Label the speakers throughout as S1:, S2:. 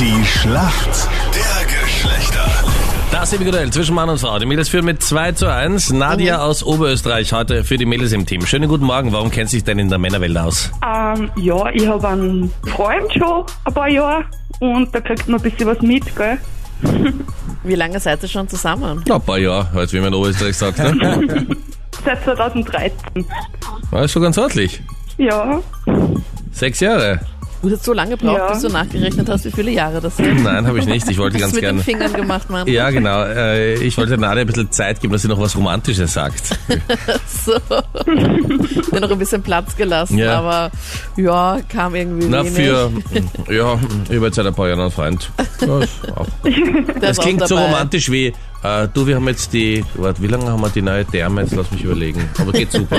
S1: Die Schlacht der Geschlechter.
S2: Das individuell zwischen Mann und Frau. Die Mädels führen mit 2 zu 1. Nadia aus Oberösterreich heute für die Mädels im Team. Schönen guten Morgen. Warum kennt sich denn in der Männerwelt aus?
S3: Ähm, ja, ich habe einen Freund schon ein paar Jahre und da kriegt man ein bisschen was mit, gell?
S4: Wie lange seid ihr schon zusammen?
S2: Ja, ein paar Jahre, halt, wie man in Oberösterreich sagt. Ne?
S3: Seit 2013.
S2: War schon ganz ordentlich.
S3: Ja,
S2: Sechs Jahre?
S4: Du hast so lange gebraucht,
S3: Ja.
S4: bis du nachgerechnet hast, wie viele Jahre das sind.
S2: Nein, habe ich nicht. Ich wollte ganz
S4: Hast du mit
S2: gerne.
S4: den Fingern gemacht, Mann.
S2: Ja, genau. Äh, ich wollte Nadia ein bisschen Zeit geben, dass sie noch was Romantisches sagt.
S4: So. Dir noch ein bisschen Platz gelassen,
S2: Ja.
S4: aber ja, kam irgendwie
S2: Na,
S4: wenig.
S2: für. Ja, ich habe jetzt seit ein paar Jahren einen Freund. Das, auch.
S4: Der
S2: das
S4: war
S2: klingt
S4: auch
S2: so
S4: dabei.
S2: romantisch wie. Äh, du, wir haben jetzt die. Warte, wie lange haben wir die neue Therme? Jetzt lass mich überlegen. Aber geht super.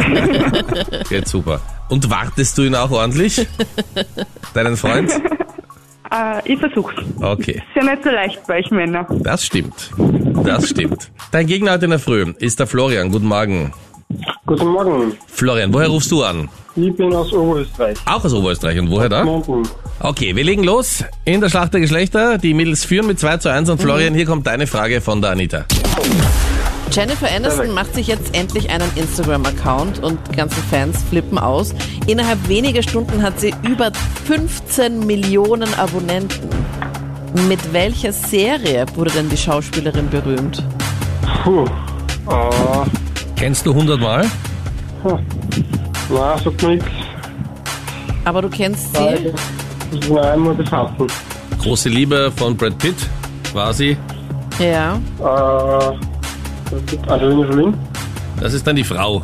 S2: geht super. Und wartest du ihn auch ordentlich? Deinen Freund?
S3: äh, ich versuch's.
S2: Okay.
S3: Ist ja nicht so leicht bei euch Männer.
S2: Das stimmt. Das stimmt. Dein Gegner heute in der Früh ist der Florian. Guten Morgen.
S5: Guten Morgen,
S2: Florian, woher rufst du an?
S5: ich bin aus Oberösterreich,
S2: Auch aus Oberösterreich. Und woher da?
S5: Mountain.
S2: Okay, wir legen los. In der Schlacht der Geschlechter. Die Mädels führen mit 2 zu
S4: Mhm.
S2: 1. Und Florian, hier kommt deine Frage von der Anita.
S4: Jennifer Aniston macht sich jetzt endlich einen Instagram-Account und die ganzen Fans flippen aus. Innerhalb weniger Stunden hat sie über 15 Millionen Abonnenten. Mit welcher Serie wurde denn die Schauspielerin berühmt?
S5: Puh, äh,
S2: Kennst du 100 Mal?
S5: nein, sagt mir nichts.
S4: Aber du kennst sie?
S5: Nein, muss ich hassen.
S2: Große Liebe von Brad Pitt. Quasi.
S4: Ja.
S5: Äh, Angelina Jolie?
S2: Das ist dann die Frau.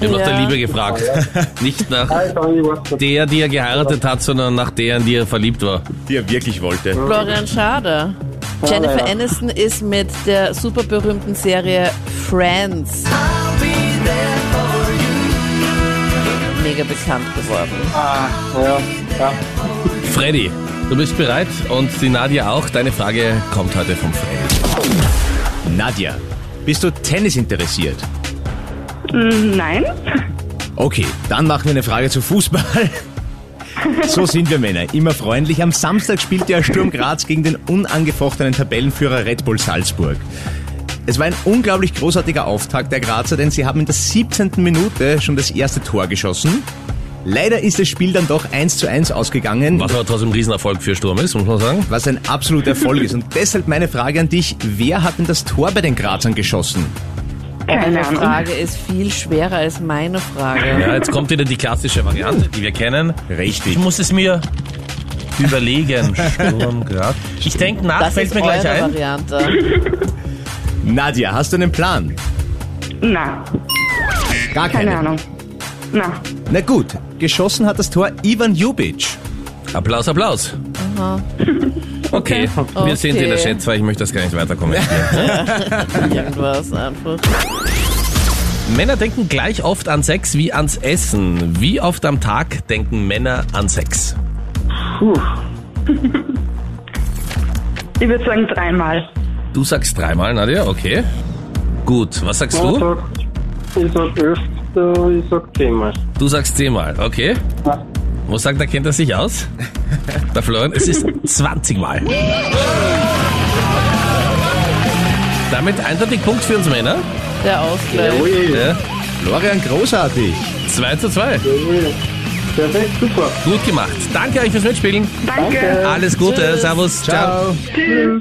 S2: Wir haben nach
S4: Ja.
S2: der Liebe gefragt. Nicht nach
S5: Nein, sorry, Ah, ich weiß nicht.
S2: der, die er geheiratet hat, sondern nach der, in die er verliebt war.
S1: Die er wirklich wollte.
S4: Florian Schade. Jennifer
S5: ja.
S4: Aniston ist mit der super berühmten Serie Friends mega bekannt geworden.
S5: Ah, ja, ja.
S2: Freddy, du bist bereit und die Nadia auch. Deine Frage kommt heute vom Freddy.
S6: Nadja, bist du Tennis interessiert?
S3: Mm, Nein?
S6: Okay, dann machen wir eine Frage zu Fußball. So sind wir Männer, immer freundlich. Am Samstag spielt der Sturm Graz gegen den unangefochtenen Tabellenführer Red Bull Salzburg. Es war ein unglaublich großartiger Auftakt der Grazer, denn sie haben in der 17. Minute schon das erste Tor geschossen. Leider ist das Spiel dann doch 1 zu 1 ausgegangen.
S2: Was aber trotzdem ein Riesenerfolg für Sturm ist, muss man sagen.
S6: was ein absoluter Erfolg ist. Und deshalb meine Frage an dich, wer hat denn das Tor bei den Grazern geschossen?
S3: Keine
S4: Deine
S3: Ahnung.
S4: Frage ist viel schwerer als meine Frage.
S2: Ja, jetzt kommt wieder die klassische Variante, die wir kennen.
S6: Richtig.
S2: Ich muss es mir überlegen. Sturm Graz. Ich denke nach,
S4: Das
S2: fällt
S4: ist
S2: mir
S4: eure
S2: gleich ein.
S4: Variante.
S6: Nadja, hast du einen Plan?
S3: Na,
S6: Gar
S3: keine Ahnung. Na,
S6: Na gut, geschossen hat das Tor Ivan Jubic.
S2: Applaus, Applaus. Okay, wir
S4: Okay.
S2: sind in der Schätzfrage, ich möchte das gar nicht weiterkommen.
S4: Irgendwas einfach.
S2: Männer denken gleich oft an Sex wie ans Essen. Wie oft am Tag denken Männer an Sex?
S3: ich würde sagen dreimal.
S2: Du sagst dreimal, Nadja, okay. Gut, was sagst
S5: Ich
S2: du?
S5: sag, ich sag öfter, ich sag zehnmal.
S2: Du sagst zehnmal, okay.
S5: Ja.
S2: Wo sagt er, kennt er sich aus? Der Florian, es ist 20 Mal. Damit eindeutig Punkt für uns Männer.
S4: Der Ausgleich.
S2: Ja,
S6: Florian, großartig.
S2: 2 zu 2.
S5: Perfekt, super.
S2: Gut gemacht. Danke euch fürs Mitspielen.
S3: Danke.
S2: Alles Gute. Servus. Ciao.
S6: Ciao.